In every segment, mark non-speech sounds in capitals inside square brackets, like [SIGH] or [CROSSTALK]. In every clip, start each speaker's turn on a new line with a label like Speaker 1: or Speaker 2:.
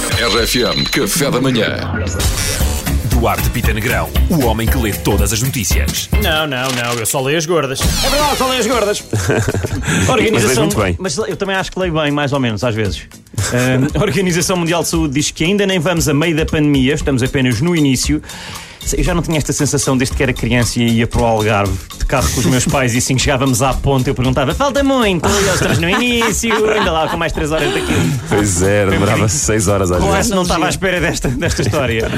Speaker 1: RFM Café da Manhã.
Speaker 2: Duarte Pita Negrão, o homem que lê todas as notícias.
Speaker 3: Não, não, não, eu só leio as gordas. É verdade, só leio as [LAUGHS] gordas. Organização...
Speaker 2: muito bem.
Speaker 3: Mas eu também acho que leio bem, mais ou menos, às vezes. Ah, a [LAUGHS] Organização Mundial de Saúde diz que ainda nem vamos a meio da pandemia, estamos apenas no início. Eu já não tinha esta sensação desde que era criança e ia para o Algarve de carro com os [LAUGHS] meus pais e assim que chegávamos à ponta eu perguntava: falta muito, e eles estamos no início, ainda lá com mais 3 horas daquilo.
Speaker 2: Pois é, demorava 6 horas às
Speaker 3: um Claro, não estava à espera desta, desta [LAUGHS] história.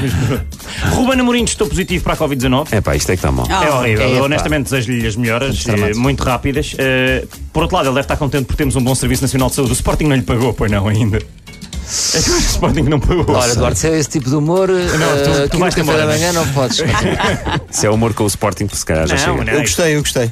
Speaker 3: Ruben Amorim estou positivo para a Covid-19.
Speaker 2: É pá, isto é que está mal.
Speaker 4: Ah.
Speaker 3: É horrível.
Speaker 5: é,
Speaker 3: Eu,
Speaker 5: pá.
Speaker 3: honestamente, desejo-lhe as melhoras,
Speaker 5: dramático.
Speaker 3: eh, muito rápidas. Eh, por outro lado, ele deve estar contente por termos um bom Serviço Nacional de Saúde. O Sporting não lhe pagou, pois não, ainda. É que o Sporting não pagou.
Speaker 5: Ora, Duarte, se é esse tipo de humor,
Speaker 3: tu-
Speaker 5: eh,
Speaker 3: tu
Speaker 5: aqui no
Speaker 3: vais
Speaker 5: café
Speaker 3: embora, [LAUGHS]
Speaker 5: da
Speaker 3: não é?
Speaker 5: manhã não podes.
Speaker 2: Se é humor com o Sporting, se calhar já
Speaker 3: não,
Speaker 2: chega.
Speaker 3: não.
Speaker 6: Eu gostei, eu gostei.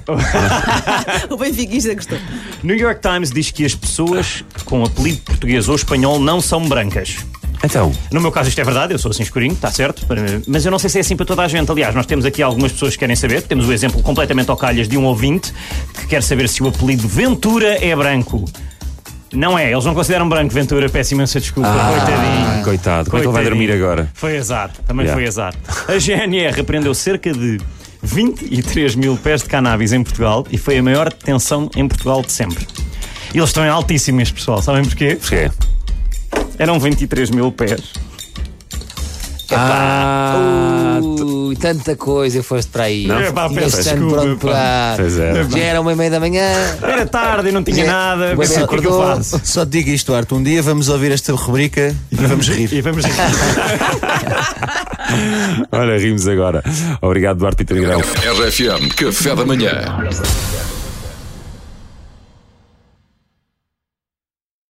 Speaker 4: [LAUGHS] O benfiquista gostou.
Speaker 3: New York Times diz que as pessoas com apelido português ou espanhol não são brancas.
Speaker 2: Então,
Speaker 3: No meu caso, isto é verdade, eu sou assim escurinho, está certo, para- mas eu não sei se é assim para toda a gente. Aliás, nós temos aqui algumas pessoas que querem saber. Temos o exemplo completamente ao calhas de um ouvinte que quer saber se o apelido Ventura é branco. Não é, eles não consideram branco Ventura, peço imensa desculpa,
Speaker 5: Ah.
Speaker 3: coitadinho.
Speaker 2: Ah, coitado, como é que ele vai
Speaker 3: Coitadinho.
Speaker 2: dormir agora?
Speaker 3: Foi azar, também
Speaker 2: Yeah.
Speaker 3: foi azar. A GNR apreendeu cerca de 23 mil pés de cannabis em Portugal e foi a maior detenção em Portugal de sempre. E Eles estão em altíssimo, este pessoal, sabem porquê?
Speaker 2: Porquê?
Speaker 3: Eram 23 mil pés.
Speaker 5: Ah, ui, tanta coisa foste para aí.
Speaker 2: Não?
Speaker 3: Epá,
Speaker 5: Tinhas
Speaker 3: peço
Speaker 5: tanto
Speaker 3: desculpa,
Speaker 5: pronto
Speaker 3: pá.
Speaker 5: para dar.
Speaker 2: Pois é.
Speaker 5: Já era uma e meia da manhã.
Speaker 3: Era tarde, eu não tinha
Speaker 5: É,
Speaker 3: nada,
Speaker 5: o
Speaker 3: mas
Speaker 5: Abel
Speaker 3: o que é que eu
Speaker 5: acordou.
Speaker 3: faço?
Speaker 6: Só te digo isto, Arthur. Um dia vamos ouvir esta rubrica e vamos rir.
Speaker 3: E vamos rir.
Speaker 2: Olha, rimos agora. Obrigado, Duarte Pita Negrão.
Speaker 1: RFM Café da Manhã.